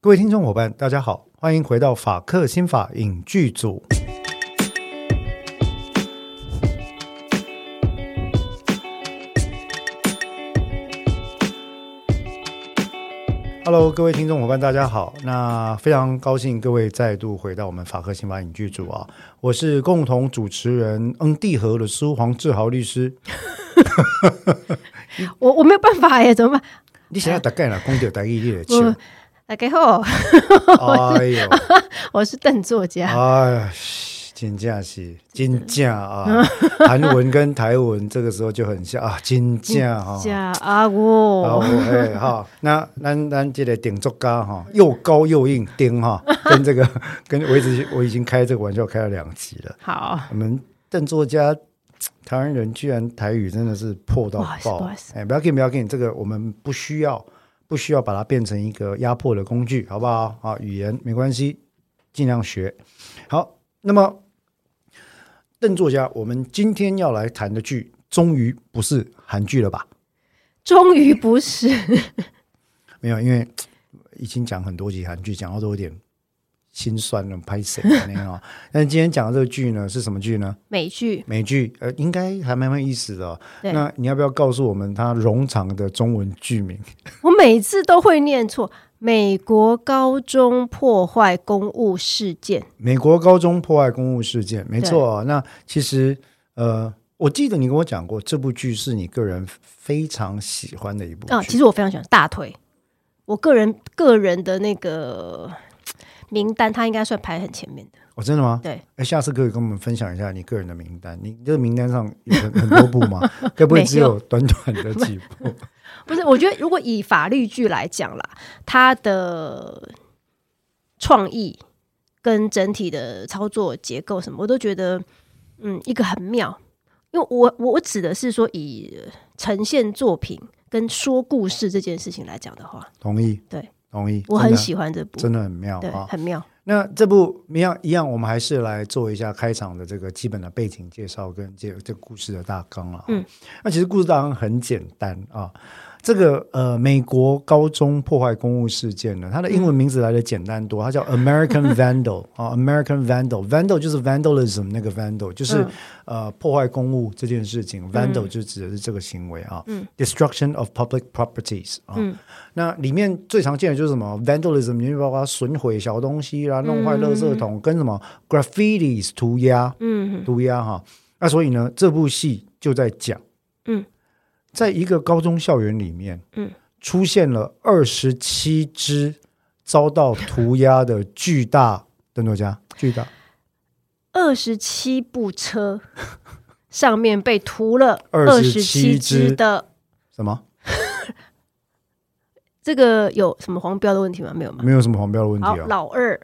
各位听众伙伴，大家好，欢迎回到法克新法影剧组。Hello，各位听众伙伴，大家好。那非常高兴各位再度回到我们法克新法影剧组啊，我是共同主持人恩地和的苏黄志豪律师。我我没有办法耶，怎么办？你想要大概啦，讲到大意你就我笑，大家好， 哎呦。我是邓作家。哎呀，真正是真正啊！韩文跟台文这个时候就很像啊，真正哈。加阿啊，我我，哎哈，那咱咱这个顶作家哈，又高又硬顶哈，跟这个跟我一直我已经开这个玩笑开了两集了。好，我们邓作家，台湾人居然台语真的是破到不好意思不爆好意！思哎，不要紧不要紧，这个我们不需要不需要把它变成一个压迫的工具，好不好？啊，语言没关系，尽量学。好，那么邓作家，我们今天要来谈的剧，终于不是韩剧了吧？终于不是， 没有，因为已经讲很多集韩剧，讲到都有点心酸了，拍谁那样啊？但今天讲的这个剧呢，是什么剧呢？美剧美剧，呃，应该还蛮有意思的哦、对那你要不要告诉我们它冗长的中文剧名？我每次都会念错。美国高中破坏公务事件，美国高中破坏公务事件，没错、哦。那其实，呃，我记得你跟我讲过，这部剧是你个人非常喜欢的一部剧。啊，其实我非常喜欢大腿，我个人个人的那个名单，它应该算排很前面的。哦，真的吗？对，哎，下次可以跟我们分享一下你个人的名单。你这个名单上有很很多部 吗？该不会只有短短的几部？不是，我觉得如果以法律剧来讲啦，它的创意跟整体的操作结构什么，我都觉得嗯一个很妙。因为我我我指的是说以呈现作品跟说故事这件事情来讲的话，同意，对，同意。我真很的，啊喜欢这部，真的很妙对，啊！很妙。那这部一样一样，我们还是来做一下开场的这个基本的背景介绍跟这这故事的大纲了。嗯，那其实故事大纲很简单啊。这个呃，美国高中破坏公务事件呢，它的英文名字来的简单多，它叫 American Vandal 啊，American Vandal，Vandal 就是 vandalism 那个 vandal，就是、嗯呃破坏公务这件事情，vandal 就指的是这个行为啊、嗯 d e s t r u c t i o n of public properties 啊、嗯那里面最常见的就是什么 vandalism，就包括损毁小东西啦、弄坏垃圾桶，跟什么 graffitis 涂鸦、嗯涂鸦哈。那所以呢，这部戏就在讲，嗯，在一个高中校园里面，嗯，出现了二十七只遭到涂鸦的巨大邓作家，巨大二十七部车上面被涂了二十27七只只的，什么？这个有什么黄标的问题吗？没有吗？没有什么黄标的问题好，啊。老二，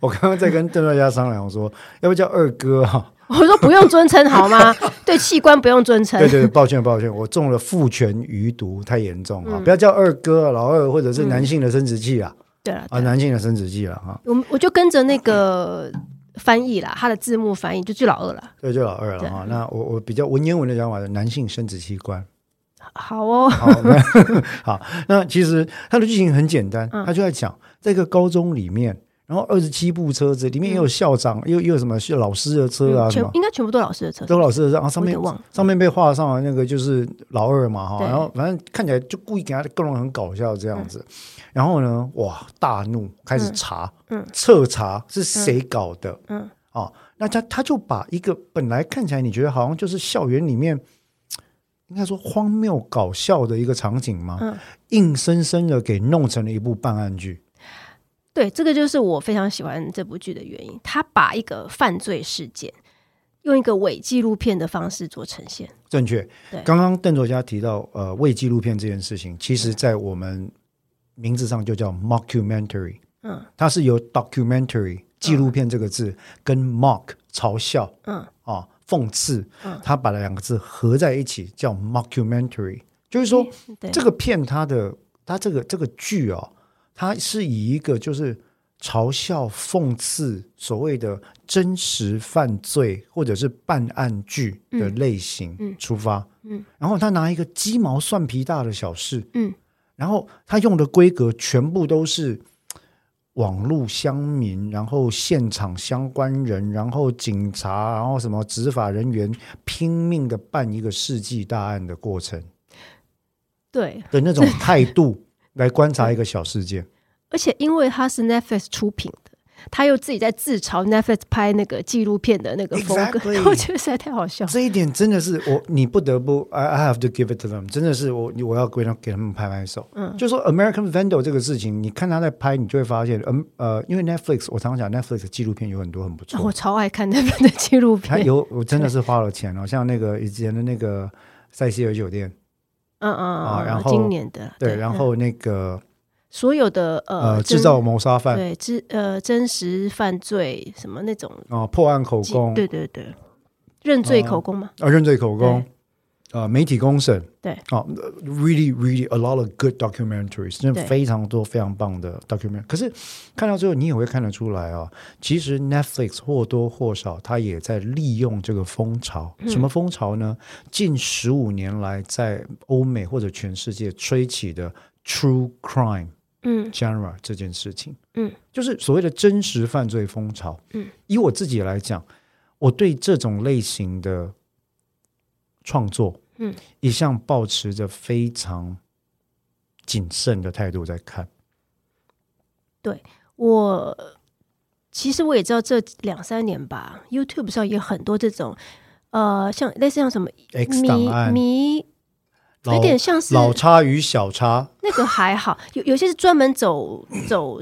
我刚刚在跟邓作家商量，我说要不叫二哥哈、 我说不用尊称好 吗？对器官不用尊称对。对对，抱歉抱歉，我中了父权余毒，太严重嗯了、不要叫二哥、啊老二或者是男性的生殖器啊、对了，啊，男性的生殖器了哈，我们我就跟着那个翻译啦，他的字幕翻译就就老二了。对，就老二了哈。那我我比较文言文的讲法是男性生殖器官。好哦，好， 那好，那其实它的剧情很简嗯单，他就在讲在一个高中里面，然后二十七部车子里面也有校长，又又有什么是老师的车啊嗯什全么。应该全部都老师的车。都老师的车，然后上我有面点忘了上面被画上了那个就是老二嘛哈，对然后反正看起来就故意给他弄得很搞笑这样子，然后呢，哇，大怒，开始查，嗯彻查是谁搞的，嗯哦，那他他就把一个本来看起来你觉得好像就是校园里面。应该说荒谬搞笑的一个场景嘛，嗯硬生生的给弄成了一部办案剧。对，这个就是我非常喜欢这部剧的原因。他把一个犯罪事件用一个伪纪录片的方式做呈现。正确对。刚刚邓作家提到呃伪纪录片这件事情，其实在我们名字上就叫 mockumentary，嗯它是由 documentary 纪录片这个字、跟 mock 嘲笑嗯啊讽刺嗯，它把两个字合在一起叫 mockumentary，就是说对，这个片它的它这个这个剧哦，它是以一个就是嘲笑、讽刺所谓的真实犯罪或者是办案剧的类型出发，嗯然后他拿一个鸡毛蒜皮大的小事，嗯，然后他用的规格全部都是网络乡民，然后现场相关人，然后警察，然后什么执法人员拼命的办一个世纪大案的过程对，的那种态度来观察一个小事件。而且因为它是 Netflix 出品的，他又自己在自嘲 Netflix 拍那个纪录片的那个风格 Exactly 我觉得实在太好笑了。这一点真的是我，你不得不 I I have to give it to them，真的是我我要给他给他们拍拍手。嗯，就说 American Vandal 这个事情，你看他在拍，你就会发现，嗯呃，因为 Netflix，我常常讲 Netflix 的纪录片有很多很不啊错我，超爱看那边的纪录他片，有我真的是花了钱哦，像那个以前的那个塞西尔酒店，嗯嗯啊嗯，然嗯后今年的对，然嗯后那个所有的呃呃制真造谋杀犯对知呃真实犯罪什么那种哦，破案口记供对对对，认罪哦口供嘛，啊，认罪口供，呃，媒体公审，对哦，really really a lot of good documentaries，真的对非常多非常棒的 document。可是看到最后，你也会看得出来啊、其实 Netflix 或多或少它也在利用这个风潮。嗯什么风潮呢？近十五年来在欧美或者全世界吹起的 true crime。嗯 genre 这件事情，嗯，就是所谓的真实犯罪风潮，嗯，以我自己来讲，我对这种类型的创作，嗯，一向保持着非常谨慎的态度在看，我其实我也知道这两三年吧，YouTube 上也很多这种呃像类似像什么 X 档迷案迷，老有点像是老差与小差，那个还好，有有些是专门走走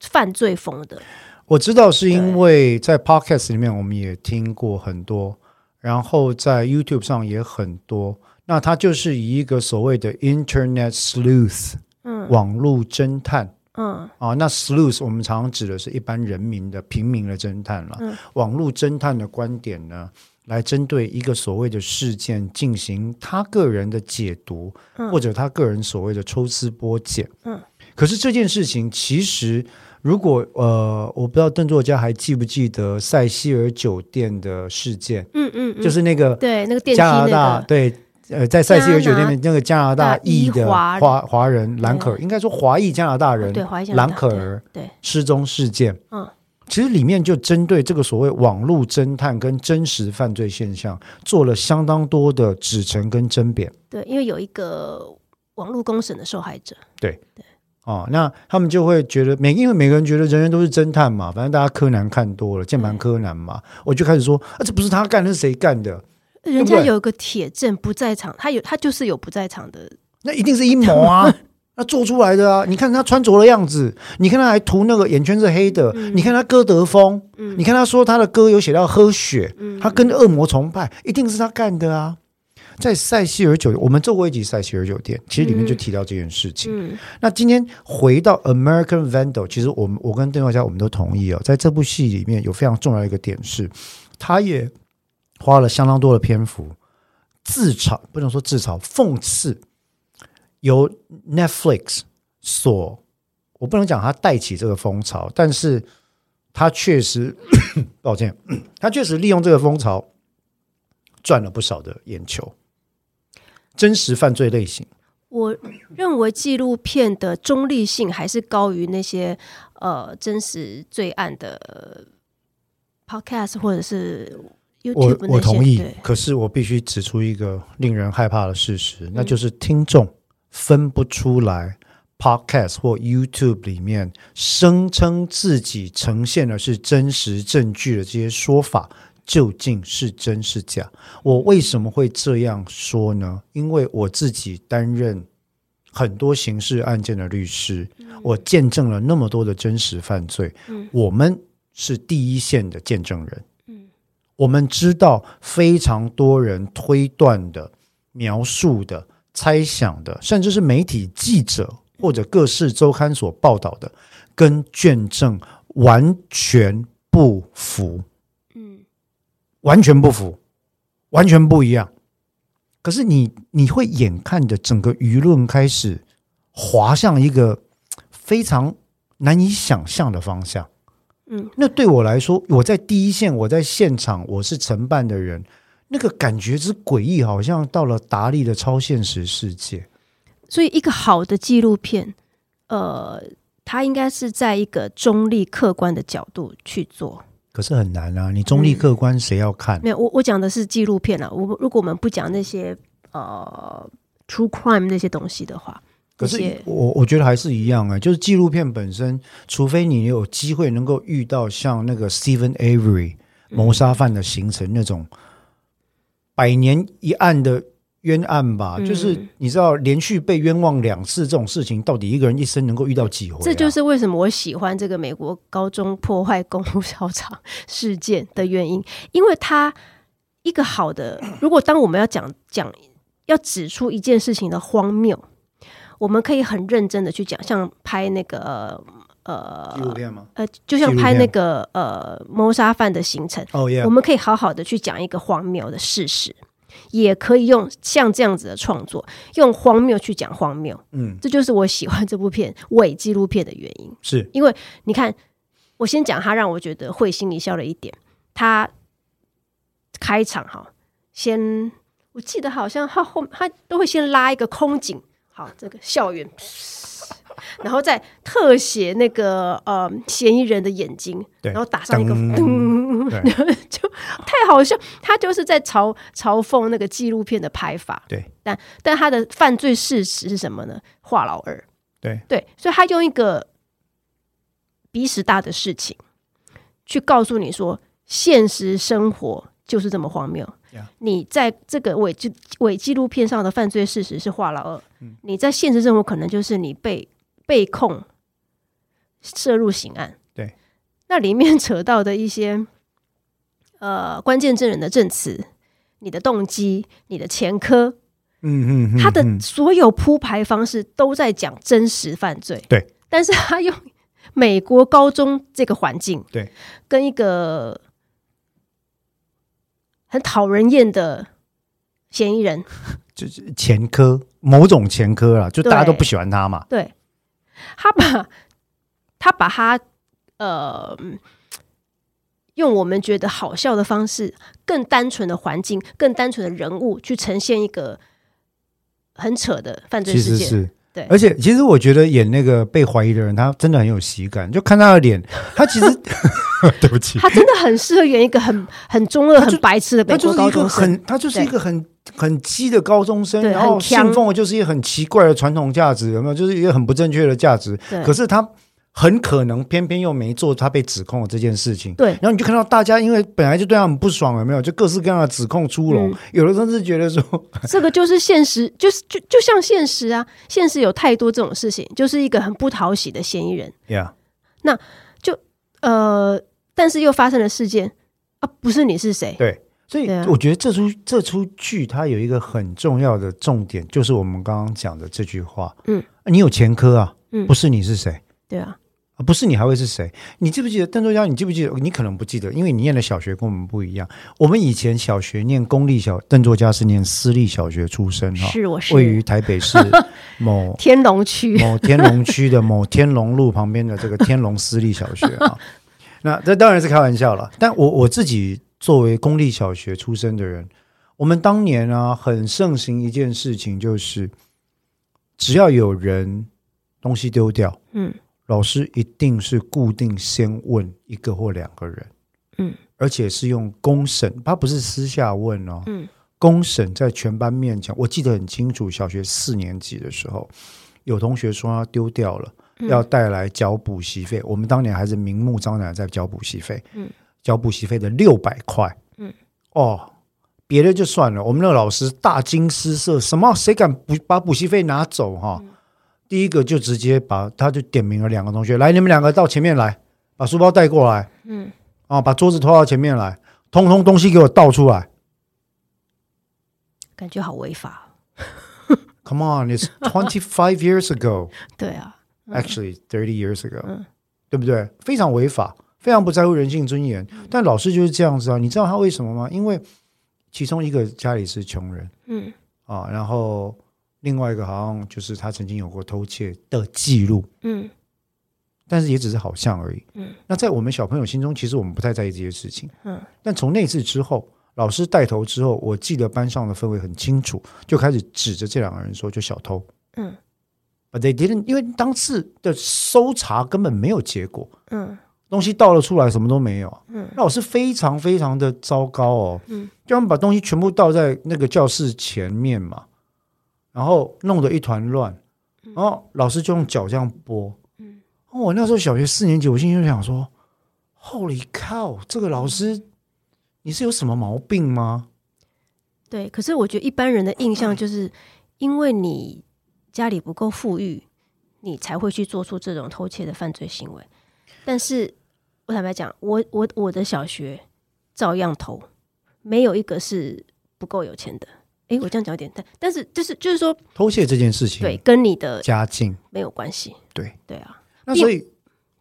犯罪风的，我知道是因为在 podcast 里面我们也听过很多，然后在 YouTube 上也很多。那它就是以一个所谓的 Internet sleuth，嗯网络侦探嗯啊，那 sleuth 我们常常指的是一般人民的平民的侦探了。嗯网络侦探的观点呢，来针对一个所谓的事件进行他个人的解读，嗯或者他个人所谓的抽丝剥茧。嗯，可是这件事情其实，如果呃，我不知道邓作家还记不记得塞西尔酒店的事件，嗯嗯，嗯就是那个对那个电哦梯加拿那大个，对，呃，在塞西尔酒店的那个加拿大大裔裔的华哦华华人兰可儿，应该说华裔加拿大人对华裔加拿兰大可儿对失踪事件，嗯，其实里面就针对这个所谓网络侦探跟真实犯罪现象做了相当多的指陈跟甄别。对，因为有一个网络公审的受害者，哦，那他们就会觉得每因为每个人觉得人人都是侦探嘛，反正大家柯南看多了，键盘柯南嘛，我就开始说啊，这不是他干的，是谁干的？人对不家对有一个铁证不在场，他有他就是有不在场的，那一定是阴谋啊！那做出来的啊！你看他穿着的样子，你看他还涂那个眼圈是黑的，你看他歌德风，你看他说他的歌有写到喝血，嗯他跟恶魔崇拜，一定是他干的啊！在塞西尔酒店，我们做过一集塞西尔酒店，其实里面就提到这件事情。嗯那今天回到 American Vandal，其实我们我跟邓耀佳我们都同意哦，在这部戏里面有非常重要的一个点是，他也花了相当多的篇幅自嘲，不能说自嘲，讽刺由 Netflix 所，我不能讲他带起这个风潮，但是他确实， 抱歉，他确实利用这个风潮赚了不少的眼球，真实犯罪类型。我认为纪录片的中立性还是高于那些呃真实罪案的呃 podcast 或者是 YouTube 我那些。我同意对，可是我必须指出一个令人害怕的事嗯实，那就是听众分不出来 Podcast 或 YouTube 里面声称自己呈现的是真实证据的这些说法。究竟是真是假？我为什么会这样说呢？因为我自己担任很多刑事案件的律师，我见证了那么多的真实犯罪，嗯我们是第一线的见证人。嗯我们知道非常多人推断的、描述的、猜想的，甚至是媒体记者或者各式周刊所报道的，跟卷证完全不符，嗯，完全不符，完全不一样。可是你你会眼看着整个舆论开始滑向一个嘖非常难以想象的方向。嗯，那对我来说，我在第一线，我在现场，我是承办的人，那个感觉之诡异，好像到了达利的超现实世界。所以一个好的纪录片，呃，它应该是在一个中立客观的角度去做。可是很难啊！你中立客观谁要看？没有，我我讲的是纪录片啊。我如果我们不讲那些呃 true crime 那些东西的话，可是这些我我觉得还是一样啊、就是纪录片本身，除非你有机会能够遇到像那个 Stephen Avery 嗯谋杀犯的形成那种百年一案的冤案吧，就是嗯你知道连续被冤枉两次这种事情，到底一个人一生能够遇到几回、啊？这就是为什么我喜欢这个美国高中破坏公务操场事件的原因，因为它一个好的，如果当我们要讲讲要指出一件事情的荒谬，我们可以很认真的去讲，像拍那个纪录片吗？呃，就像纪录拍那片个呃谋杀犯的行程，哦耶我！们可以好好的去讲一个荒谬的事实，也可以用像这样子的创作，用荒谬去讲荒谬。嗯，这就是我喜欢这部片伪纪录片的原因。是因为你看，我先讲他让我觉得会心一笑的一点，他开场哈，先我记得好像他后他都会先拉一个空景，好这个校园，然后再特写那个呃嫌疑人的眼睛，对然后打上一个噔 噔，对就太好笑。他就是在嘲嘲讽那个纪录片的拍法，对但但他的犯罪事实是什么呢？话痨二。对对，所以他用一个鼻屎大的事情，去告诉你说，现实生活就是这么荒谬。 Yeah. 你在这个伪纪伪纪录片上的犯罪事实是话痨二，嗯你在现实生活可能就是你被被控涉入刑案。对，那里面 扯到的一些呃关键证人的证词、你的动机、你的前科，嗯嗯嗯，他的嗯所有铺排方式都在讲真实犯罪，对，但是他用美国高中这个环境，对，跟一个很讨人厌的嫌疑人，就是前科某种前科啦，就大家对都不喜欢他嘛。对，他把他把他呃，嗯用我们觉得好笑的方式，更单纯的环境，更单纯的人物，去呈现一个很扯的犯罪其事实件，是对而且其实我觉得演那个被怀疑的人，他真的很有喜感，就看他的脸，他其 实对不起，他真的很适合演一个很很中二、很白痴的他美就国是一高个中生。很，他就是一个很很鸡的高中生，对然后很强信奉的就是一个很奇怪的传统价值，有没有？就是一个很不正确的价值。对可是他很可能偏偏又没做他被指控的这件事情。对然后你就看到大家因为本来就对他很不爽，有没有？就各式各样的指控出笼，嗯有的甚至觉得说， 这个就是现实，就是就就像现实啊，现实有太多这种事情，就是一个很不讨喜的嫌疑人，呀，呃，但是又发生了事件啊，不是你是谁？对，所以对啊我觉得这出这出剧它有一个很重要的重点，就是我们刚刚讲的这句话。嗯，你有前科啊，嗯不是你是谁？对啊，啊，不是你还会是谁？你记不记得邓作家？你记不记得？你可能不记得，因为你念的小学跟我们不一样。我们以前小学念公立小，邓作家是念私立小学出身哈，是我是位于台北 市某天龙区，某天龙区的某天龙路旁边的这个天龙私立小学啊。那这当然是开玩笑了，但我我自己作为公立小学出身的人，我们当年啊很盛行一件事情，就是只要有人东西丢掉，嗯，老师一定是固定先问一个或两个人，嗯，而且是用公审，他不是私下问哦，嗯，公审在全班面前，我记得很清楚，小学四年级的时候，有同学说他丢掉了，嗯要带来缴补习费，我们当年还是明目张胆地在缴补习费，嗯，缴补习费的六百块，嗯，哦。别的就算了，我们那个老师大惊失色，什么谁敢补把补习费拿走嗯哈、第一个就直接把他就点名了两个同学，来，你们两个到前面来，把书包带过来，嗯，啊，把桌子拖到前面来，通通东西给我倒出来。感觉好违法。 Come on, it's twenty five years ago, 对啊， actually thirty years ago，、嗯对不对？非常违法，非常不在乎人性尊严。嗯但老师就是这样子啊，你知道他为什么吗？因为其中一个家里是穷人嗯啊，然后另外一个好像就是他曾经有过偷窃的记录，嗯，但是也只是好像而已。嗯，那在我们小朋友心中，其实我们不太在意这些事情。嗯，但从那次之后，老师带头之后，我记得班上的氛围很清楚，就开始指着这两个人说：“就小偷。”嗯 But they didn't，因为当次的搜查根本没有结果，嗯东西倒了出来，什么都没有。嗯，那我是非常非常的糟糕哦。嗯，就他们把东西全部倒在那个教室前面嘛，然后弄得一团乱，然后老师就用脚这样拨。哦嗯，我那时候小学四年级，我心里就想说，Holy cow，这个老师嗯你是有什么毛病吗？对。可是我觉得一般人的印象 就是，因为你家里不够富裕，你才会去做出这种偷窃的犯罪行为。但是我坦白讲，我我我的小学照样偷，没有一个是不够有钱的。诶，我这样讲有点，但但是就是就是说，偷窃这件事情，对，，跟你的家境，没有关系。对，对啊，那所以，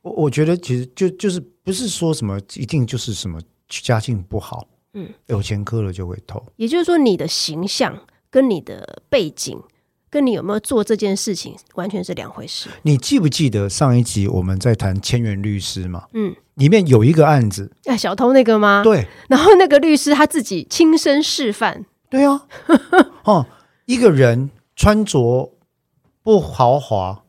我我觉得其实就就是不是说什么一定就是什么家境不好，嗯，有前科了就会偷，也就是说，你的形象跟你的背景，跟你有没有做这件事情，完全是两回事。你记不记得上一集我们在谈千元律师嘛？嗯，里面有一个案子，哎，小偷那个吗？。对然后那个律师他自己亲身示范，对 啊，哦，一个人穿着不豪华，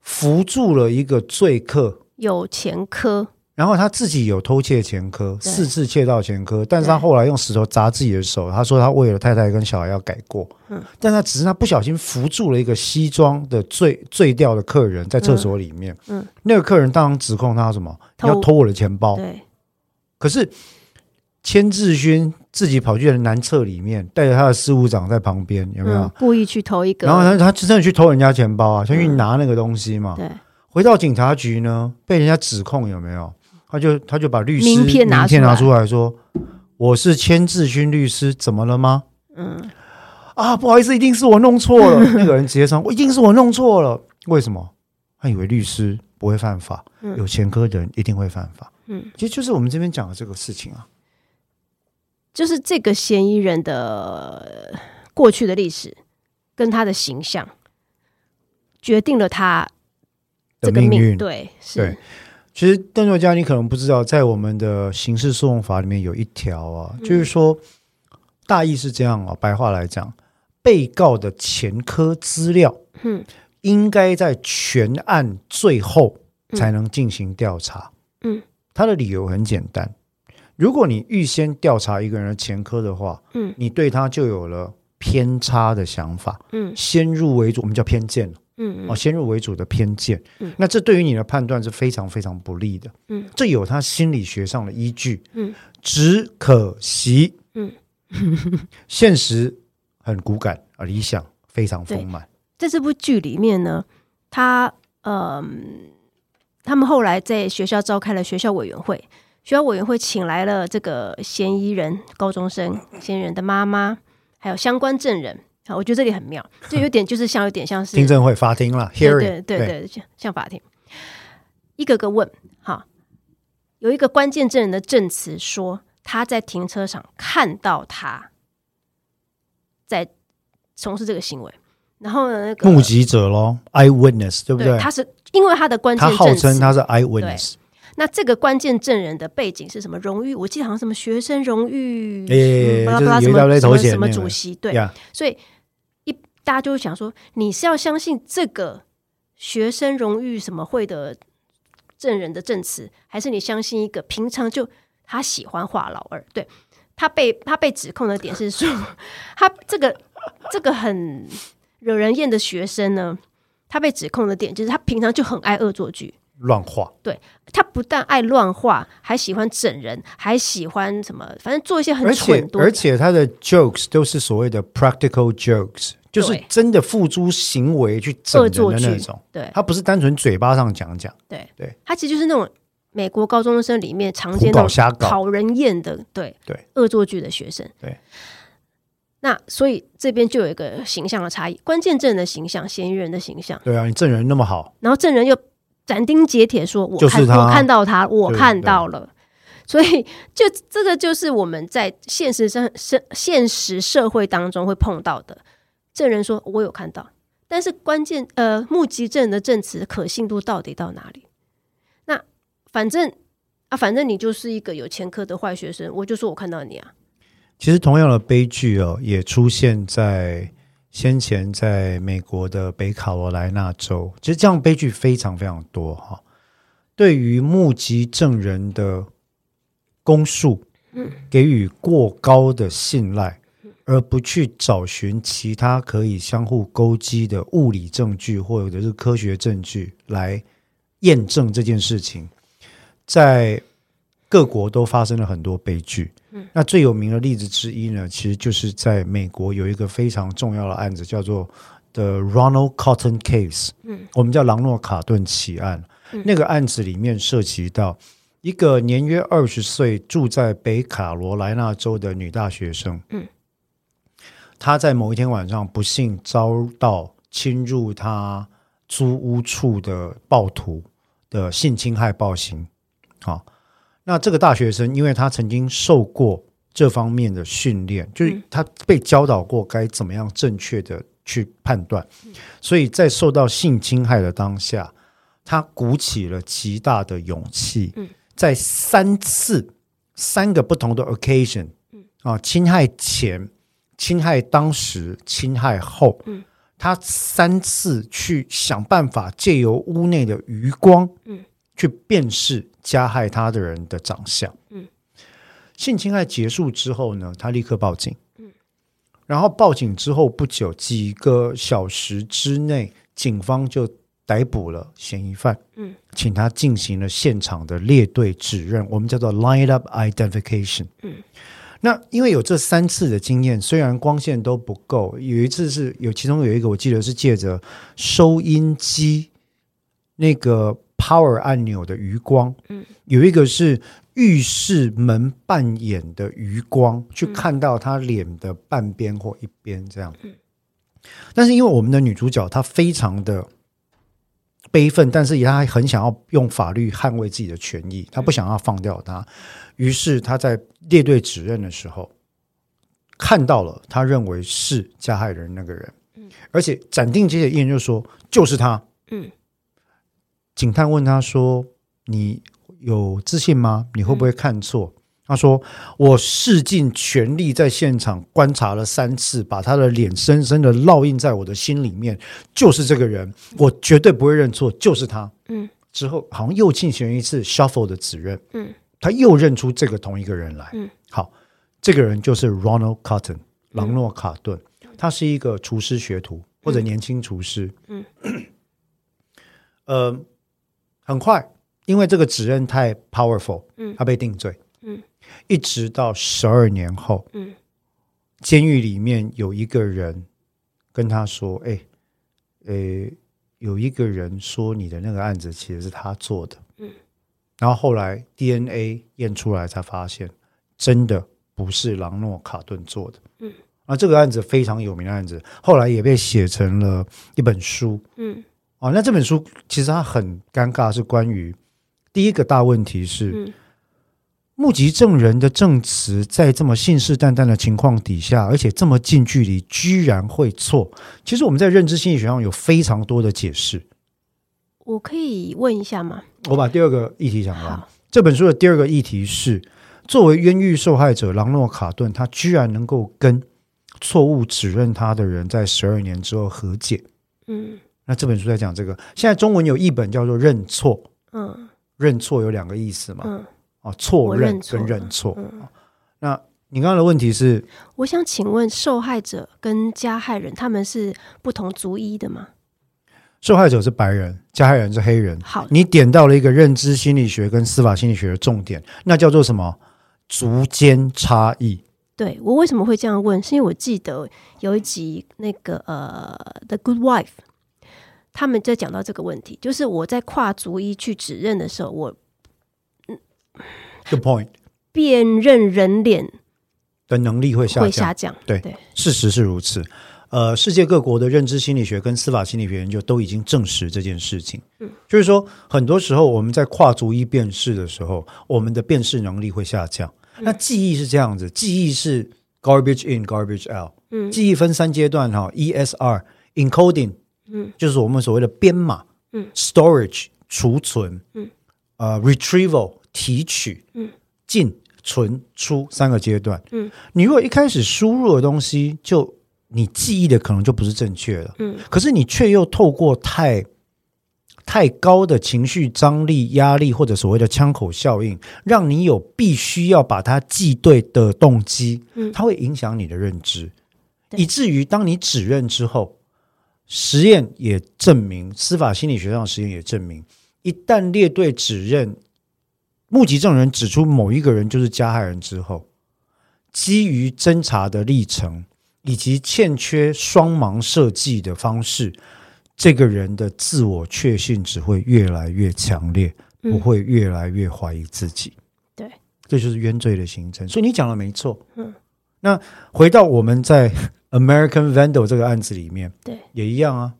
扶助了一个罪客，有前科，然后他自己有偷窃前科，对四次窃盗前科，但是他对后来用石头砸自己的手，他说他为了太太跟小孩要改过，嗯但他只是他不小心扶住了一个西装的醉醉掉的客人在厕所里面，嗯嗯那个客人当然指控他什么，偷你要偷我的钱包，对，可是千志勋自己跑去男厕里面，带着他的事务长在旁边，有没有？嗯，故意去偷一个，然后他他真的去偷人家钱包啊，他去嗯拿那个东西嘛，对，回到警察局呢，被人家指控有没有？他就他就把律师名片拿拿出出来说：“我是千志勋律师，怎么了吗嗯，？”啊，不好意思，一定是我弄错了。 那个人直接上，我一定是我弄错了。为什么？他以为律师不会犯法，嗯有前科的人一定会犯法。嗯，其实就是我们这边讲的这个事情啊。就是这个嫌疑人的呃过去的历史跟他的形象，决定了他的这个命运，对，对是，其实邓作家你可能不知道，在我们的刑事诉讼法里面有一条啊，嗯就是说大意是这样啊，白话来讲，被告的前科资料嗯应该在全案最后才能进行调查。嗯，他的理由很简单，如果你预先调查一个人的前科的话，嗯你对他就有了偏差的想法，嗯先入为主，我们叫偏见。嗯哦，嗯先入为主的偏见，嗯那这对于你的判断是非常非常不利的，嗯，这有他心理学上的依据，嗯，只可惜，嗯， 现实很骨感啊，理想非常丰满，在这部剧里面呢，他嗯，他们后来在学校召开了学校委员会，学校委员会请来了这个嫌疑人高中生嫌疑人的妈妈，还有相关证人。好，我觉得这里很妙，就有点就是像有点像是听证会法庭啦 h e a r 对 i 对 n g 对对，像像法庭，一个个问哈。有一个关键证人的证词说，他在停车场看到他在从事这个行为，然后呢，那个目击者咯 e y e w i t n e s s 对不对，他是因为他的关键他证号词称他是 eyewitness，那这个关键证人的背景是什么荣誉？我记得好像什么学生荣誉，嗯诶巴拉巴拉哎就是有一大什堆么什头么衔什么那个主席，对，呀，所以一大家就会想说，你是要相信这个学生荣誉什么会的证人的证词，还是你相信一个平常就他喜欢画老二？对他被他被指控的点是说， 他这个这个很惹人厌的学生呢，他被指控的点就是他平常就很爱恶作剧。乱画，他不但爱乱画，还喜欢整人，还喜欢什么，反正做一些很而且蠢多而且他的 jokes 都是所谓的 practical jokes，就是对真的付诸行为去整恶人作的那剧种。。对，他不是单纯嘴巴上讲讲，他其实就是那种美国高中生里面常胡见搞到瞎搞，讨人厌的，对对，恶作剧的学生。对，那所以这边就有一个形象的差异，关键证人的形象，嫌疑人的形象，对啊，你证人那么好，然后证人又斩钉截铁说：“我就是看他我看到他，我对看到了。”所以，就这个就是我们在现实生生现实社会当中会碰到的。证人说：“我有看到。”但是关键呃，目击证人的证词可信度到底到哪里？那反正啊，反正你就是一个有前科的坏学生，我就说我看到你啊。其实同样的悲剧哦，也出现在先前在美国的北卡罗来纳州，其实这样悲剧非常非常多哈。对于目击证人的供述，给予过高的信赖，而不去找寻其他可以相互勾稽的物理证据或者是科学证据来验证这件事情，在各国都发生了很多悲剧。那最有名的例子之一呢，其实就是在美国有一个非常重要的案子，叫做 The Ronald Cotton Case，嗯，我们叫朗诺卡顿奇案。那个案子里面涉及到一个年约二十岁住在北卡罗来纳州的女大学生，嗯，她在某一天晚上不幸遭到侵入她租屋处的暴徒的性侵害暴行，啊好、那这个大学生，因为他曾经受过这方面的训练，就是他被教导过该怎么样正确的去判断，所以在受到性侵害的当下，他鼓起了极大的勇气，在三次三个不同的 occasion，啊，侵害前、侵害当时、侵害后，他三次去想办法借由屋内的余光，去辨识加害他的人的长相。嗯，性侵害结束之后呢，他立刻报警。嗯，然后报警之后不久，几个小时之内，警方就逮捕了嫌疑犯。嗯，请他进行了现场的列队指认，我们叫做 line up identification。嗯。那因为有这三次的经验，虽然光线都不够，有一次是有其中有一个我记得是借着收音机那个 power 按钮的余光，嗯，有一个是浴室门半掩的余光，去看到她脸的半边或一边这样。但是因为我们的女主角她非常的悲愤，但是她很想要用法律捍卫自己的权益，她不想要放掉她，于是她在列队指认的时候，看到了她认为是加害人那个人，而且斩钉截铁一人就说就是他，警探问他说：“你有自信吗？你会不会嗯看错？”他说：“我试尽全力在现场观察了三次，把他的脸深深的烙印在我的心里面，就是这个人，我绝对不会认错，就是他。”嗯，之后好像又进行一次 shuffle 的指认，嗯，他又认出这个同一个人来，嗯，好，这个人就是 Ronald Cotton 朗诺卡顿，他是一个厨师学徒或者年轻厨师，嗯，呃，很快，因为这个指认太 powerful，嗯他被定罪，嗯，一直到十二年后，嗯，监狱里面有一个人跟他说：“哎，呃，有一个人说你的那个案子其实是他做的。”嗯，然后后来 DNA 验出来才发现，真的不是朗诺卡顿做的。嗯。啊，这个案子非常有名的案子，后来也被写成了一本书。嗯哦，那这本书其实它很尴尬，是关于第一个大问题是，嗯目击证人的证词在这么信誓旦旦的情况底下，而且这么近距离，居然会错。其实我们在认知心理学上有非常多的解释。我可以问一下吗？我把第二个议题讲完好。这本书的第二个议题是，作为冤狱受害者朗诺卡顿，他居然能够跟错误指认他的人在十二年之后和解。嗯那这本书在讲这个，现在中文有一本叫做《认错》，嗯认错有两个意思嘛，嗯，啊，错我认认错嗯跟了认错。啊那你刚刚的问题是，我想请问，受害者跟加害人他们是不同族裔的吗？受害者是白人，加害人是黑人。好，你点到了一个认知心理学跟司法心理学的重点，那叫做什么？族间差异。对我为什么会这样问？是因为我记得有一集那个呃《The Good Wife》，他们就讲到这个问题，就是我在跨族裔去指认的时候，我 Good point 辨认人脸的能力会下会降下，降。对对，事实是如此。呃，世界各国的认知心理学跟司法心理学研究都已经证实这件事情。嗯，就是说，很多时候我们在跨族裔辨识的时候，我们的辨识能力会下降。嗯那记忆是这样子，记忆是 garbage in, garbage out。嗯记忆分三阶段哈、e s r encoding，嗯，就是我们所谓的编码，嗯，storage 储存，嗯，呃，retrieval 提取，嗯，进进、存、出三个阶段。嗯，你如果一开始输入的东西就你记忆的可能就不是正确了。嗯，可是你却又透过太太高的情绪张力、压力，或者所谓的枪口效应，让你有必须要把它记对的动机，嗯它会影响你的认知，对以至于当你指认之后，实验也证明，司法心理学上的实验也证明，一旦列队指认目击证人指出某一个人就是加害人之后，基于侦查的历程以及欠缺双盲设计的方式，这个人的自我确信只会越来越强烈，嗯不会越来越怀疑自己。对，这就是冤罪的形成。所以你讲的没错。嗯，那回到我们在 American Vandal 这个案子里面，对，也一样啊。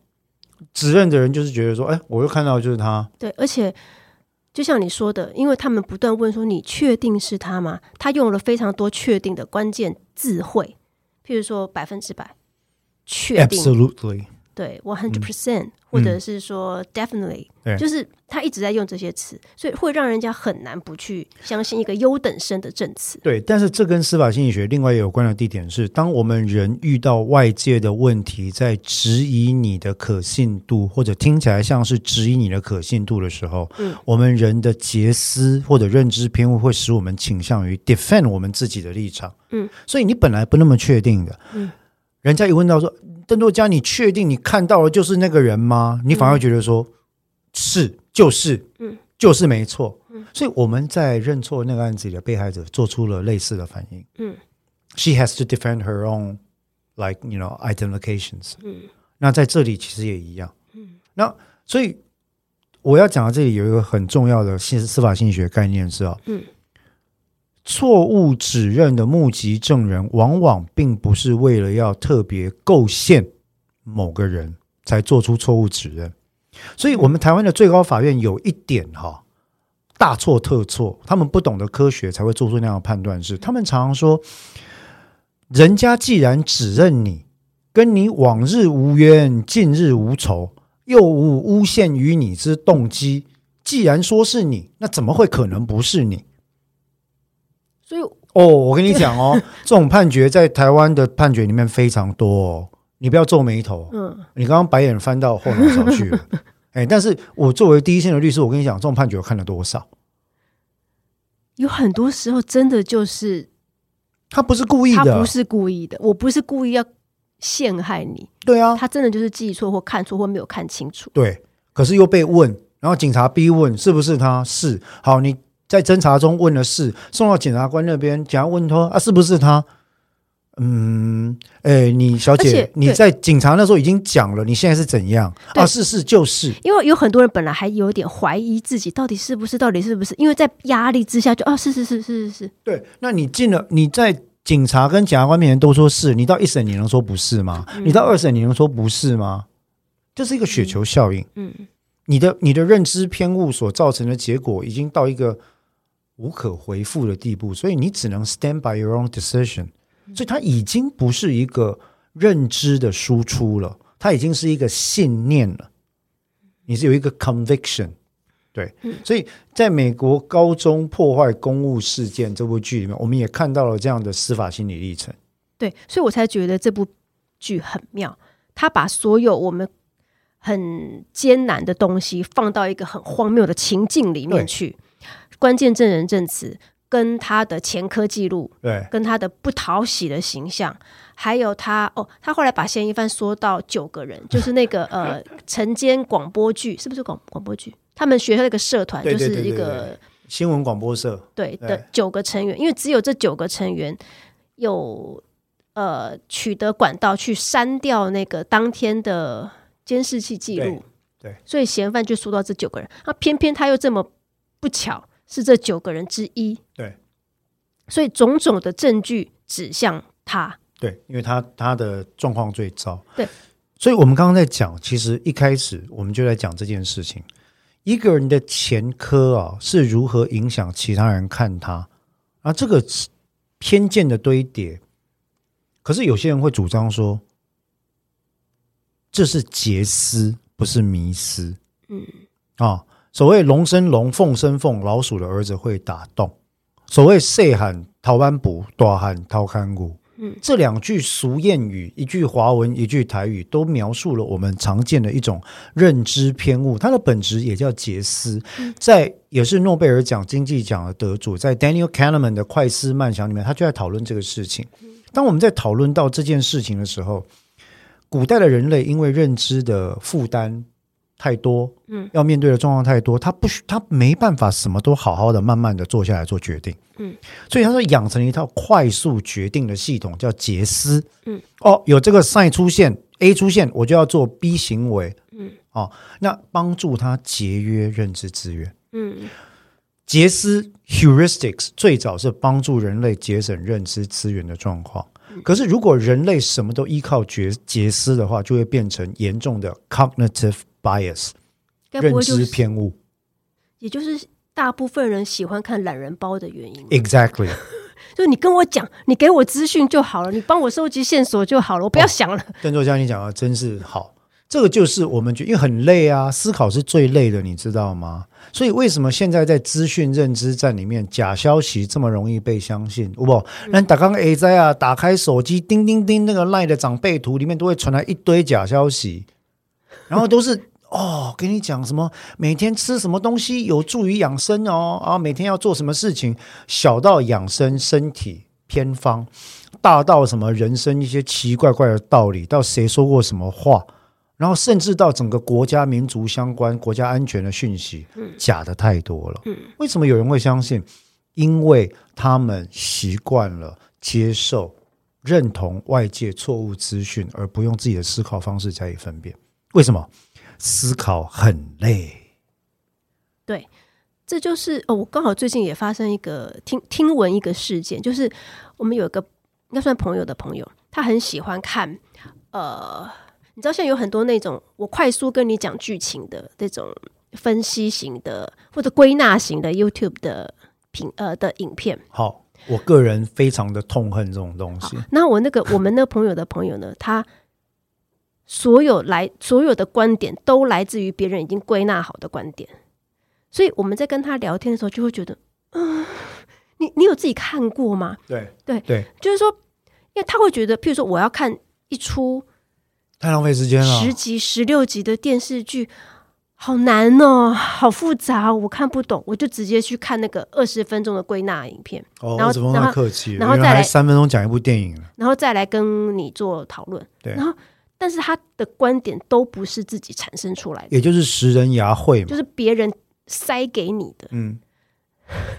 指认的人就是觉得说，哎，我又看到就是他，对，而且就像你说的，因为他们不断问说你确定是他吗？他用了非常多确定的关键字汇，譬如说百分之百确定 Absolutely，对 one hundred percent，或者是说 definitely，、嗯对就是他一直在用这些词，所以会让人家很难不去相信一个优等生的证词。对。但是这跟司法心理学另外也有关的地点是，当我们人遇到外界的问题，在质疑你的可信度，或者听起来像是质疑你的可信度的时候，嗯我们人的杰思或者认知偏误会使我们倾向于 defend 我们自己的立场。嗯，所以你本来不那么确定的，嗯，人家一问到说邓作家，你确定你看到的就是那个人吗？你反而觉得说、是，就是，嗯，就是没错。嗯，所以我们在认错那个案子里的被害者做出了类似的反应。嗯，she has to defend her own like you know identifications。嗯那在这里其实也一样。嗯那所以我要讲到这里有一个很重要的司司法心理学概念是啊，嗯，错误指认的目击证人往往并不是为了要特别构陷某个人才做出错误指认，所以我们台湾的最高法院有一点哈、大错特错，他们不懂得科学才会做出那样的判断是，他们常常说，人家既然指认你，跟你往日无冤，近日无仇，又无诬陷于你之动机。既然说是你，那怎么会可能不是你？所以哦，我跟你讲 哦，这种判决在台湾的判决里面非常多哦，你不要皱眉头，嗯你刚刚白眼翻到后脑勺 去了。哎，但是我作为第一线的律师，我跟你讲，这种判决我看了多少？有很多时候真的就是他不是故意他的不，是故意的，我不是故意要陷害你，对啊，他真的就是记错或看错或没有看清楚。对，可是又被问，然后警察逼问是不是他是好，你在侦查中问了是，送到检察官那边，检察官问他啊是不是他？嗯，哎，你小而且姐，你对在警察那时候已经讲了，你现在是怎样对啊？是是就是，因为有很多人本来还有点怀疑自己到底是不是，到底是不是，因为在压力之下就啊，是是是是是是，对，那你进了你在。警察跟检察官面前都说是你到一审你能说不是吗？嗯你到二审你能说不是吗？这是一个雪球效应。嗯，你的你的认知偏误所造成的结果已经到一个无可回复的地步，所以你只能 stand by your own decision。所以它已经不是一个认知的输出了，它已经是一个信念了。你是有一个 conviction，对，所以在美国高中破坏公务事件这部剧里面，我们也看到了这样的司法心理历程。对，所以我才觉得这部剧很妙，他把所有我们很艰难的东西放到一个很荒谬的情境里面对去，关键证人证词跟他的前科记录，对，跟他的不讨喜的形象，还有他哦，他后来把嫌疑犯缩到九个人，就是那个 呃晨间广播剧，是不是广广播剧？他们学校那个社团对就对是对一对个新闻广播社，对对的九个成员，因为只有这九个成员有呃取得管道去删掉那个当天的监视器记录，对对所以嫌犯就缩到这九个人，那偏偏他又这么不巧是这九个人之一，对，所以种种的证据指向他。对，因为他他的状况最糟。对，所以我们刚刚在讲，其实一开始我们就在讲这件事情，一个人的前科啊是如何影响其他人看他，啊，这个是偏见的堆叠。可是有些人会主张说，这是杰斯，不是迷失。嗯，啊，所谓龙生龙，凤生凤，老鼠的儿子会打洞。所谓岁喊逃班捕，大喊逃看骨。嗯，这两句俗谚语，一句华文，一句台语，都描述了我们常见的一种认知偏误，它的本质也叫杰斯，在也是诺贝尔奖经济奖的得主，在 Daniel Kahneman 的《快思慢想》里面，他就在讨论这个事情。当我们在讨论到这件事情的时候，古代的人类因为认知的负担太多，嗯，要面对的状况太多，他不需他没办法什么都好好的慢慢的做下来做决定，嗯，所以他说养成了一套快速决定的系统，叫杰斯，嗯，哦，有这个 sign 出现，A 出现，我就要做 B 行为，嗯，哦，那帮助他节约认知资源。嗯杰斯 （heuristics） 最早是帮助人类节省认知资源的状况。嗯可是，如果人类什么都依靠杰杰斯的话，就会变成严重的 cognitive bias 该不认会就知是偏误。也就是大部分人喜欢看懒人包的原因， Exactly，就你跟我讲，你给我资讯就好了，你帮我收集线索就好了，我不要想了。邓作家你讲的真是好，这个就是我们觉因为很累啊，思考是最累的，你知道吗？所以为什么现在在资讯认知战里面，假消息这么容易被相信？好不好，那打刚 A 在啊，打开手机，叮叮叮，那个赖的长辈图里面都会传来一堆假消息，然后都是哦，跟你讲什么每天吃什么东西有助于养生哦，啊，每天要做什么事情，小到养生身体偏方，大到什么人生一些奇奇怪怪的道理，到谁说过什么话，然后甚至到整个国家民族相关、国家安全的讯息，假的太多了。为什么有人会相信？因为他们习惯了接受、认同外界错误资讯，而不用自己的思考方式加以分辨。为什么？思考很累。对，这就是哦，我刚好最近也发生一个听听闻一个事件，就是我们有一个应该算朋友的朋友，他很喜欢看呃，你知道现在有很多那种我快速跟你讲剧情的这种分析型的或者归纳型的 YouTube 的品呃的影片。好，我个人非常的痛恨这种东西。那我那个我们那朋友的朋友呢，他所有来所有的观点都来自于别人已经归纳好的观点，所以我们在跟他聊天的时候就会觉得，嗯、你你有自己看过吗？对对对，就是说，因为他会觉得，譬如说我要看一出太浪费时间了十。集、十六集的电视剧。好难哦，好复杂哦、我看不懂，我就直接去看那个二十分钟的归纳影片，哦，然后我怎么那然后么客气了？然后原再来来三分钟讲一部电影了。然后再来跟你做讨论。对然后但是他的观点都不是自己产生出来的，也就是食人牙会嘛。就是别人塞给你的。 嗯，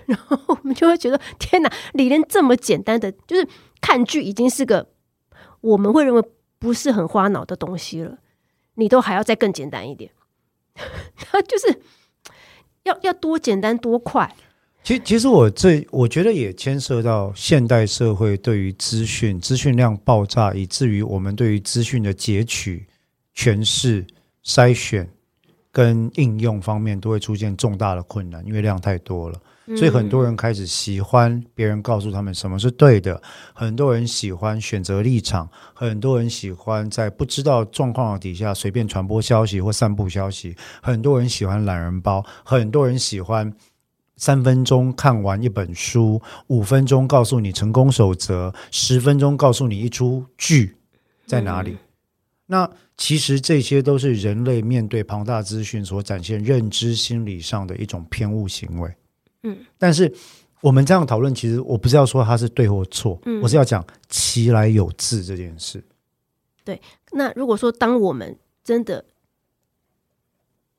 然后我们就会觉得，天哪，理论这么简单的，就是看剧已经是个我们会认为不是很花脑的东西了，你都还要再更简单一点， 他就是。要要多简单多快，其实其实我这我觉得也牵涉到现代社会对于资讯资讯量爆炸，以至于我们对于资讯的截取、诠释、筛选跟应用方面都会出现重大的困难，因为量太多了。所以很多人开始喜欢别人告诉他们什么是对的，很多人喜欢选择立场，很多人喜欢在不知道状况的底下随便传播消息或散布消息，很多人喜欢懒人包，很多人喜欢三分钟看完一本书，五分钟告诉你成功守则，十分钟告诉你一出剧在哪嗯里。那其实这些都是人类面对庞大资讯所展现认知心理上的一种偏误行为。嗯，但是我们这样讨论，其实我不是要说它是对或错，嗯我是要讲其来有自这件事。那如果说当我们真的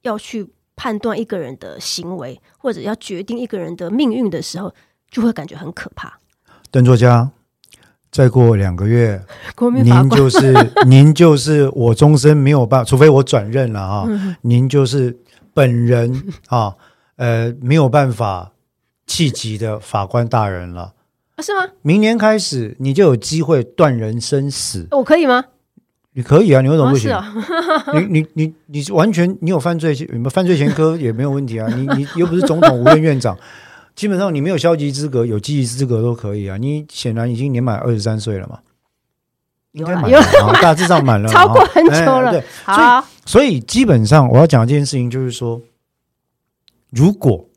要去判断一个人的行为，或者要决定一个人的命运的时候，就会感觉很可怕。邓作家，再过两个月，国民法您官，就是 您就是我终身没有办法，除非我转任了啊，嗯您就是本人啊，呃，没有办法气急的法官大人了。啊是吗？明年开始，你就有机会断人生死。我哦可以吗？你可以啊，你为什么啊不是行？啊，你你你你是完全你有犯罪，有没有犯罪前科也没有问题啊。你你又不是总统、无任院长，基本上你没有消极资格，有积极资格都可以啊。你显然已经年满二十三岁了嘛，应该有啦满有了啊，大致上满了嘛， 超过很哎久了对，好，所以基本上我要讲的这件事情就是说，如果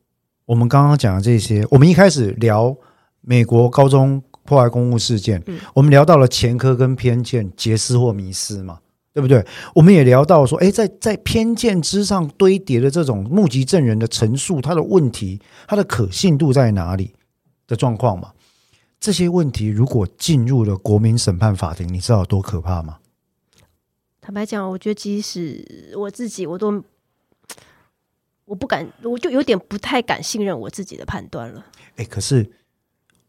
我们刚刚讲的这些，我们一开始聊美国高中破坏公务事件，我们聊到了前科跟偏见、结识或迷失嘛，对不对？我们也聊到说，诶，在在偏见之上堆叠的这种目击证人的陈述，他的问题，他的可信度在哪里的状况嘛？这些问题如果进入了国民审判法庭，你知道有多可怕吗？坦白讲，我觉得即使我自己，我都我不敢，我就有点不太敢信任我自己的判断了。哎，可是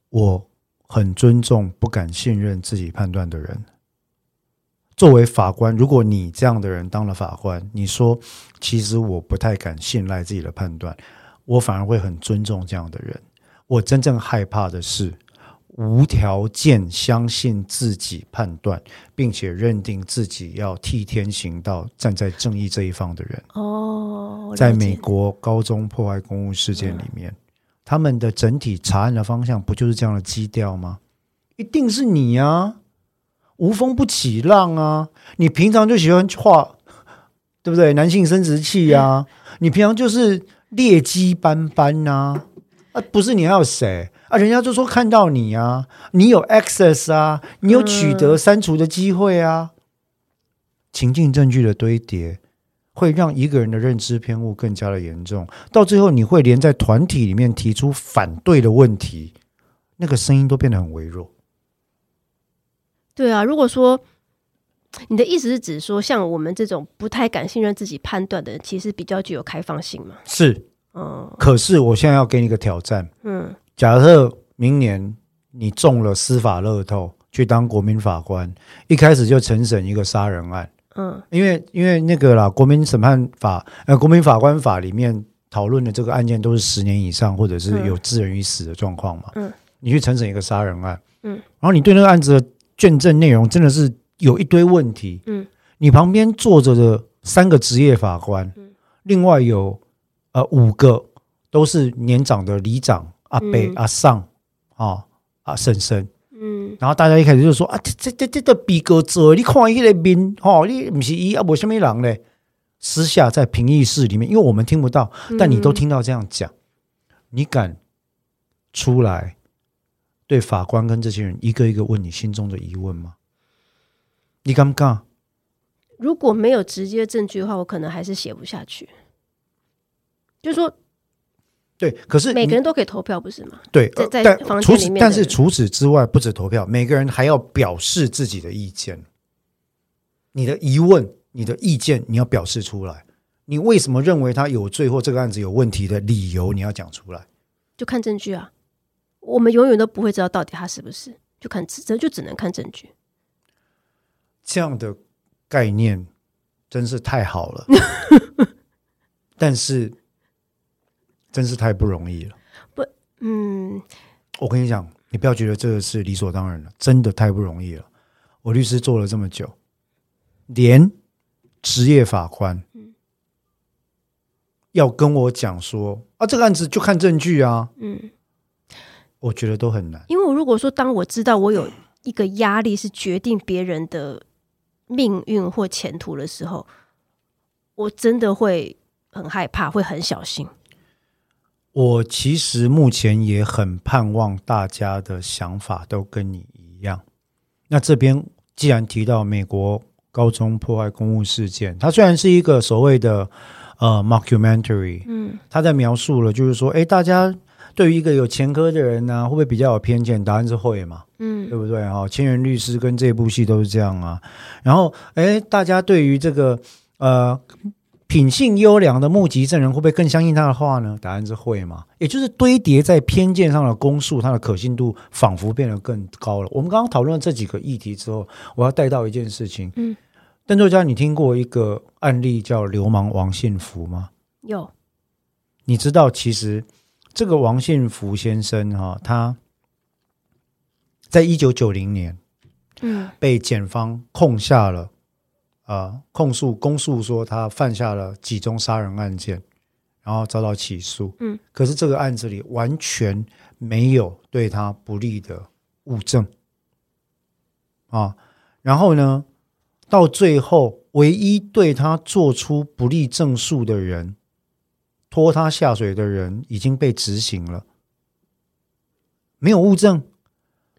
我很尊重不敢信任自己判断的人。作为法官，如果你这样的人当了法官，你说其实我不太敢信赖自己的判断，我反而会很尊重这样的人。我真正害怕的是无条件相信自己判断，并且认定自己要替天行道，站在正义这一方的人。哦，我在了解嗯美国高中破坏公务事件里面，他们的整体查案的方向不就是这样的基调吗？一定是你啊，无风不起浪啊！你平常就喜欢画，对不对？男性生殖器嗯啊，你平常就是劣迹斑斑啊！啊，不是你还有谁啊？人家就说看到你啊，你有 access 啊，你有取嗯得删除的机会啊。情境证据的堆叠，会让一个人的认知偏误更加的严重，到最后你会连在团体里面提出反对的问题，那个声音都变得很微弱。对啊，如果说你的意思是指说，像我们这种不太敢信任自己判断的人，其实比较具有开放性嘛。是，嗯可是我现在要给你一个挑战，嗯，假设明年你中了司法乐透，去当国民法官，一开始就承审一个杀人案，嗯，因为因为那个啦，国民审判法呃，国民法官法里面讨论的这个案件都是十年以上，或者是有致人于死的状况嘛。嗯，你去承审一个杀人案，嗯，然后你对那个案子的卷证内容真的是有一堆问题，嗯，你旁边坐着的三个职业法官，嗯，另外有呃五个都是年长的里长、阿伯、嗯阿上啊、啊婶婶，嗯，然后大家一开始就说啊，这这这这都比格者，你看伊个面，吼、你不是伊啊，无什么人嘞。私下在评议室里面，因为我们听不到，嗯但你都听到这样讲，你敢出来对法官跟这些人一个一个问你心中的疑问吗？你敢不敢？如果没有直接证据的话，我可能还是写不下去。就是说，对，可是每你个人都可以投票，不是吗？对，在呃在但房间除里此面的但是人除此之外，不止投票，每个人还要表示自己的意见。你的疑问、你的意见，你要表示出来。你为什么认为他有罪或这个案子有问题的理由，你要讲出来。就看证据啊。我们永远都不会知道到底他是不是，就看这就只能看证据。这样的概念真是太好 了，但是真是太不容易了。嗯，我跟你讲，你不要觉得这个是理所当然的，真的太不容易了。我律师做了这么久，连职业法官要跟我讲说啊，这个案子就看证据啊，嗯，我觉得都很难。因为我如果说当我知道我有一个压力是决定别人的命运或前途的时候，我真的会很害怕，会很小心。我其实目前也很盼望大家的想法都跟你一样。那这边既然提到美国高中破坏公务事件，它虽然是一个所谓的呃 mockumentary，嗯，他在描述了，就是说，哎，大家对于一个有前科的人呢、会不会比较有偏见？答案是会嘛，嗯对不对？哈、千元律师跟这部戏都是这样啊。然后，哎，大家对于这个呃品性优良的目击证人，会不会更相信他的话呢？答案是会嘛。也就是堆叠在偏见上的公诉，它的可信度仿佛变得更高了。我们刚刚讨论这几个议题之后，我要带到一件事情。嗯，邓作家，你听过一个案例叫流氓王信福吗？有，你知道，其实这个王信福先生哈、他在一九九零年嗯被检方控下了，呃，控诉公诉说他犯下了几宗杀人案件，然后遭到起诉。嗯，可是这个案子里完全没有对他不利的物证啊。然后呢，到最后，唯一对他做出不利证述的人，拖他下水的人已经被执行了，没有物证，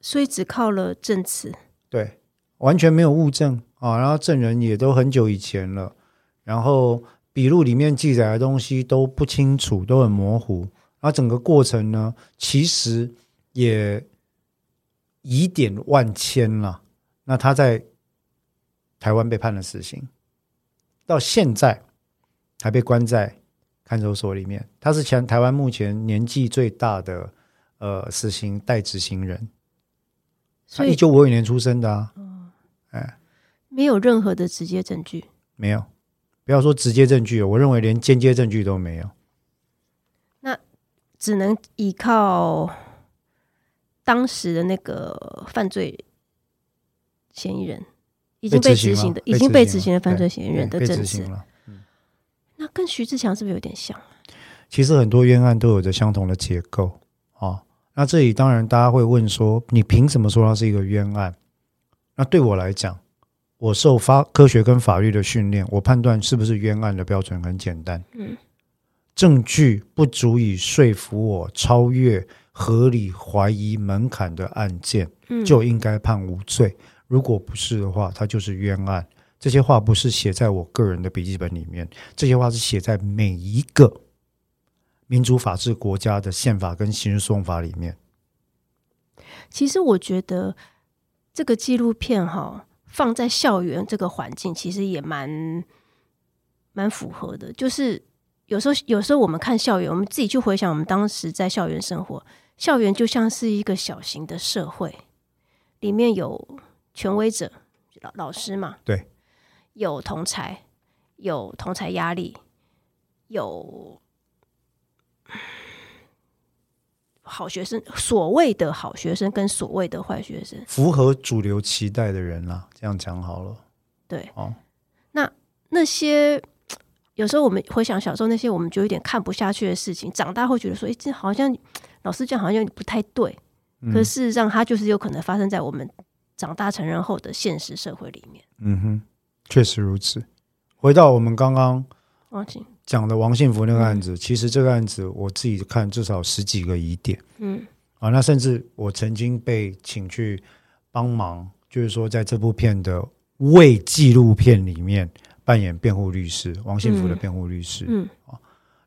所以只靠了证词。啊对，完全没有物证啊，然后证人也都很久以前了，然后笔录里面记载的东西都不清楚，都很模糊，然后整个过程呢，其实也疑点万千了。那他在台湾被判了死刑，到现在还被关在看守所里面，他是前台湾目前年纪最大的呃死刑待执行人。他所一以九五二年出生的啊，没有任何的直接证据。没有，不要说直接证据哦，我认为连间接证据都没有。只能依靠当时的那个犯罪嫌疑人，已经被执行的，被执行了已经被被执执行行的了犯罪嫌疑人的对被证执词行，了。那跟徐志强是不是有点像？其实很多冤案都有着相同的结构啊、哦那这里当然大家会问说，你凭什么说它是一个冤案？那对我来讲，我受法科学跟法律的训练，我判断是不是冤案的标准很简单。嗯，证据不足以说服我超越合理怀疑门槛的案件。嗯，就应该判无罪。如果不是的话，他就是冤案。这些话不是写在我个人的笔记本里面，这些话是写在每一个民主法治国家的宪法跟刑事诉讼法里面。其实我觉得这个纪录片哈放在校园这个环境，其实也蛮蛮符合的。就是有时候有时候我们看校园，我们自己去回想我们当时在校园生活，校园就像是一个小型的社会，里面有权威者老老师嘛，对，有同才，有同才压力，有。好学生，所谓的好学生跟所谓的坏学生，符合主流期待的人啦、这样讲好了。对，哦那些有时候我们回想小时候那些我们就有点看不下去的事情，长大会觉得说，哎、这好像老师这样好像有点不太对。可嗯是事实上，它就是有可能发生在我们长大成人后的现实社会里面。嗯哼，确实如此。回到我们刚刚忘记，讲的王信福那个案子，嗯其实这个案子我自己看至少十几个疑点。嗯啊，那甚至我曾经被请去帮忙，就是说在这部片的未纪录片里面扮演辩护律师王信福的嗯辩护律师。嗯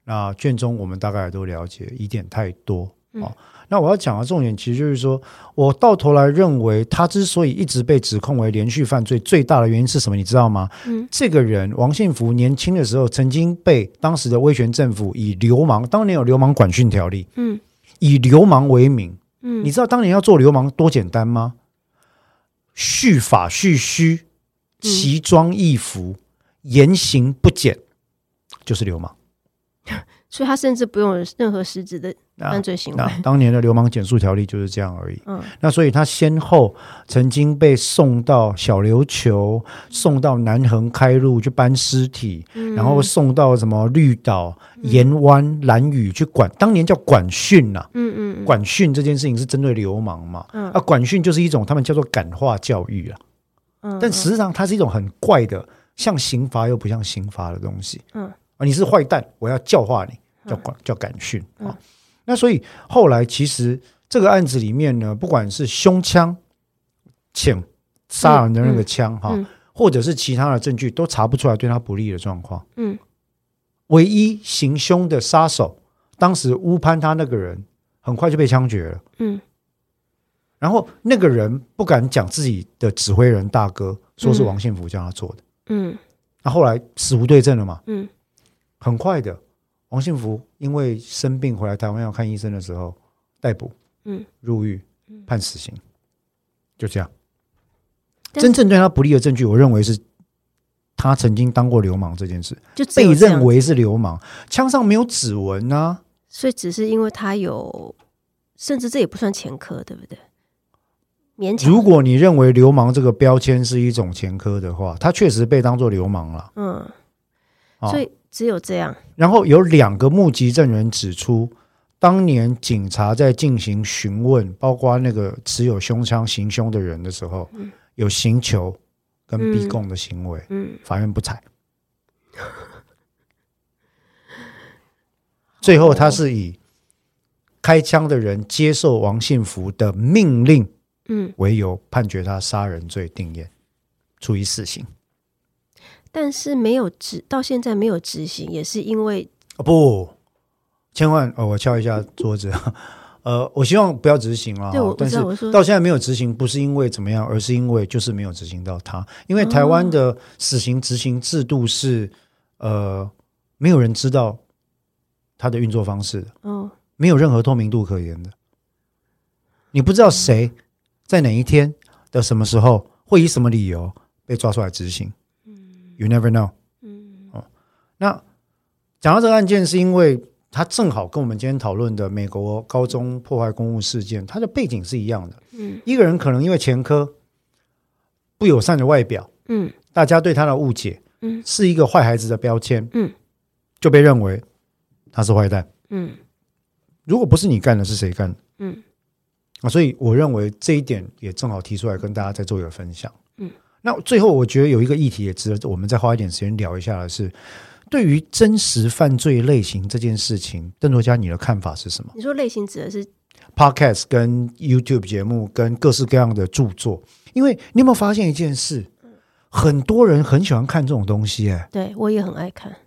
那卷宗我们大概也都了解，疑点太多。嗯哦，那我要讲的重点其实就是说，我到头来认为他之所以一直被指控为连续犯罪，最大的原因是什么？你知道吗？嗯这个人王信福年轻的时候曾经被当时的威权政府以流氓，当年有流氓管训条例，嗯以流氓为名，嗯，你知道当年要做流氓多简单吗？蓄法蓄须，嗯奇装异服，言行不检，就是流 氓。所以他甚至不用有任何实质的那犯罪行为。那当年的流氓减速条例就是这样而已。嗯那所以他先后曾经被送到小琉球，送到南横开路去搬尸体，嗯，然后送到什么绿岛、盐湾、蓝屿去管，当年叫管训啊呐、嗯嗯嗯管训这件事情是针对流氓嘛？嗯啊，管训就是一种他们叫做感化教育啊，嗯，但实际上它是一种很怪的，像刑罚又不像刑罚的东西。嗯啊，你是坏蛋，我要教化你，叫管叫感训嗯啊。那所以后来其实这个案子里面呢，不管是胸腔、潜杀人的那个枪哈、嗯嗯或者是其他的证据，都查不出来对他不利的状况。嗯唯一行凶的杀手，当时诬判他那个人，很快就被枪决了。嗯然后那个人不敢讲自己的指挥人大哥说是王信福叫他做的，嗯那、后来死无对证了嘛，嗯很快的，王信福因为生病回来台湾要看医生的时候逮捕，嗯，入狱判死刑，就这样。但是真正对他不利的证据，我认为是他曾经当过流氓这件事，就只被有这样嗯认，为是流氓，枪上没有指纹啊，所以只是因为他有，甚至这也不算前科，对不对？勉强，如果你认为流氓这个标签是一种前科的话，他确实被当做流氓了。嗯，啊所以只有这样，然后有两个目击证人指出，当年警察在进行询问，包括那个持有胸腔行凶的人的时候，有刑求跟逼供的行为，嗯法院不采。最后，他是以开枪的人接受王信福的命令嗯，为由判决他杀人罪定谳，处以死刑。但是没有执，到现在没有执行，也是因为哦不，千万哦，我敲一下桌子。 呃，我希望不要执行了对哈，我我哦但知是道我说到现在没有执行，不是因为怎么样，而是因为就是没有执行到它。因为台湾的哦死刑执行制度是，呃，没有人知道它的运作方式的，哦，没有任何透明度可言的。你不知道谁在哪一天的什么时候会以什么理由被抓出来执行，You never know。哦嗯那讲到这个案件，是因为它正好跟我们今天讨论的美国高中破坏公务事件，它的背景是一样的。嗯一个人可能因为前科、不友善的外表，嗯大家对他的误解，嗯是一个坏孩子的标签，嗯，就被认为他是坏蛋。嗯如果不是你干的，是谁干的？嗯啊，所以我认为这一点也正好提出来跟大家再做一个分享。嗯，那最后我觉得有一个议题也值得我们再花一点时间聊一下的是，对于真实犯罪类型这件事情，邓作家你的看法是什么你说类型指的是？Podcast 跟 YouTube 节目跟各式各样的著作，因为你有没有发现一件事？很多人很喜欢看这种东西、哎，对我也很爱看，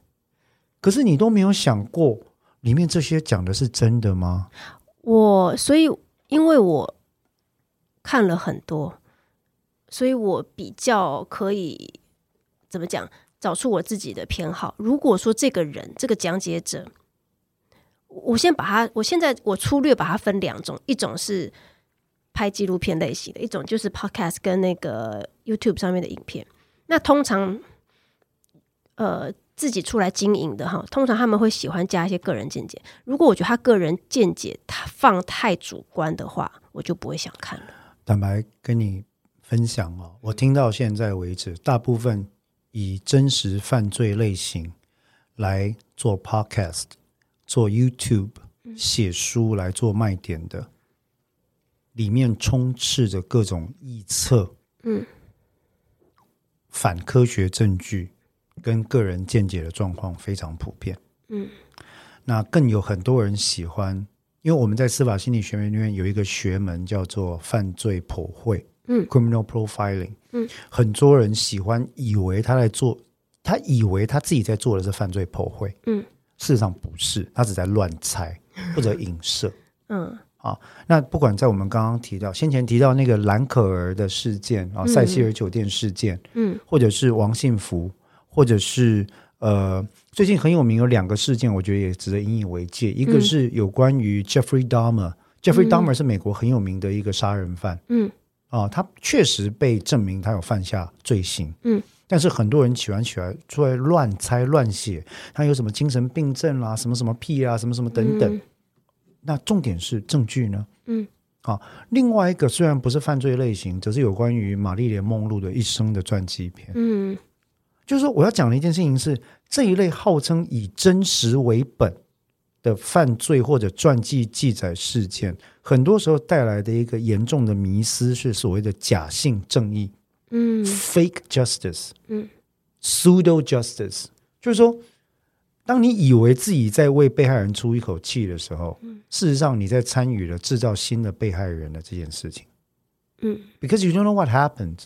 可是你都没有想过里面这些讲的是真的吗？我所以因为我看了很多，所以我比较可以怎么讲，找出我自己的偏好。如果说这个人这个讲解者，我先把他，我现在我粗略把它分两种，一种是拍纪录片类型的，一种就是 podcast 跟那个 YouTube 上面的影片。那通常，呃，自己出来经营的哈，通常他们会喜欢加一些个人见解。如果我觉得他个人见解他放太主观的话，我就不会想看了。坦白跟你分享哦，我听到现在为止，大部分以真实犯罪类型来做 podcast、做 YouTube、写嗯书来做卖点的，里面充斥着各种臆测、嗯、反科学证据跟个人见解的状况非常普遍。嗯，那更有很多人喜欢。因为我们在司法心理学院里面有一个学门叫做犯罪剖绘，嗯，criminal profiling，嗯，很多人喜欢以为他在做，他以为他自己在做的是犯罪剖绘，嗯，事实上不是，他只在乱 猜或者影射。啊嗯那不管在我们刚刚提到先前提到那个蓝可儿的事件啊，嗯塞西尔酒店事件，嗯或者是王信福，或者是呃，最近很有名有两个事件，我觉得也值得引以为戒。一嗯个是有关于 Jeffrey Dahmer，Jeffrey、Dahmer 是美国很有名的一个杀人犯嗯啊、他确实被证明他有犯下罪行。嗯，但是很多人喜欢喜欢出来乱猜乱写，他有什么精神病症啦、什么什么屁啊、什么什么等等。嗯那重点是证据呢？嗯，啊，另外一个虽然不是犯罪类型，则是有关于玛丽莲梦露的一生的传记片。嗯就是说我要讲的一件事情是，这一类号称以真实为本的犯罪或者传记记载事件，很多时候带来的一个严重的迷思是所谓的假性正义嗯 （fake justice）、嗯 pseudo justice，就是说，当你以为自己在为被害人出一口气的时候，嗯事实上你在参与了制造新的被害人的这件事情嗯， ，because you don't know what happened,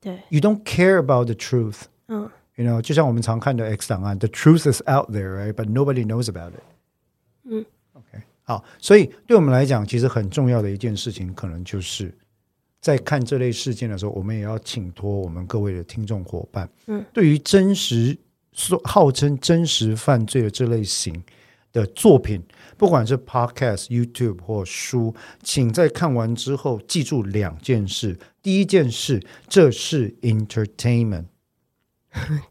对， you don't care about the truth。嗯 You know，就像我们常看的 X 档案，The truth is out there, right? But nobody knows about it. 嗯，OK，好，所以对我们来讲，其实很重要的一件事情，可能就是在看这类事件的时候，我们也要请托我们各位的听众伙伴，嗯，对于真实说号称真实犯罪的这类型的作品，不管是 Podcast、YouTube 或书，请在看完之后记住两件事：第一件事，这是 entertainment。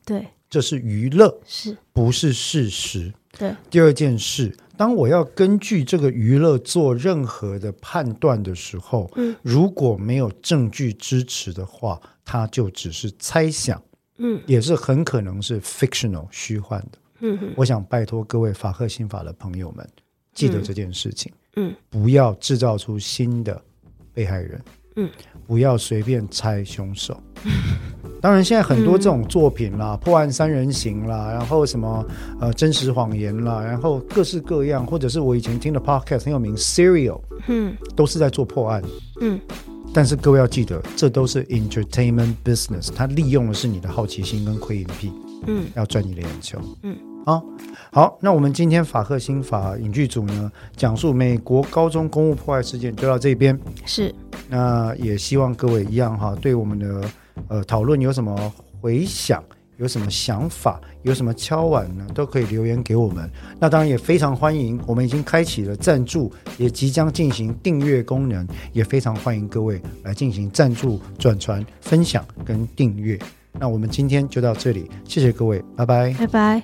对，这是娱乐，是，不是事实。对，第二件事，当我要根据这个娱乐做任何的判断的时候，嗯如果没有证据支持的话，它就只是猜想，嗯也是很可能是 fictional 虚幻的。嗯嗯我想拜托各位法克刑法的朋友们，记得这件事情，嗯不要制造出新的被害人，嗯，不要随便猜凶 手。当然，现在很多这嗯种作品啦，破案三人行》啦，然后什么呃真实谎言啦，然后各式各样，或者是我以前听的 podcast 很有名 Serial，嗯都是在做破案。嗯但是各位要记得，这都是 entertainment business，它利用的是你的好奇心跟窥影癖，嗯，要赚你的眼球，嗯，啊，好，那我们今天法克新法影剧组呢，讲述美国高中公务破坏事件就到这边，是那也希望各位一样哈，对我们的呃讨论有什么回响，有什么想法，有什么敲碗呢，都可以留言给我们。那当然也非常欢迎，我们已经开启了赞助，也即将进行订阅功能，也非常欢迎各位来进行赞助、转传、分享跟订阅。那我们今天就到这里，谢谢各位，拜拜。拜拜。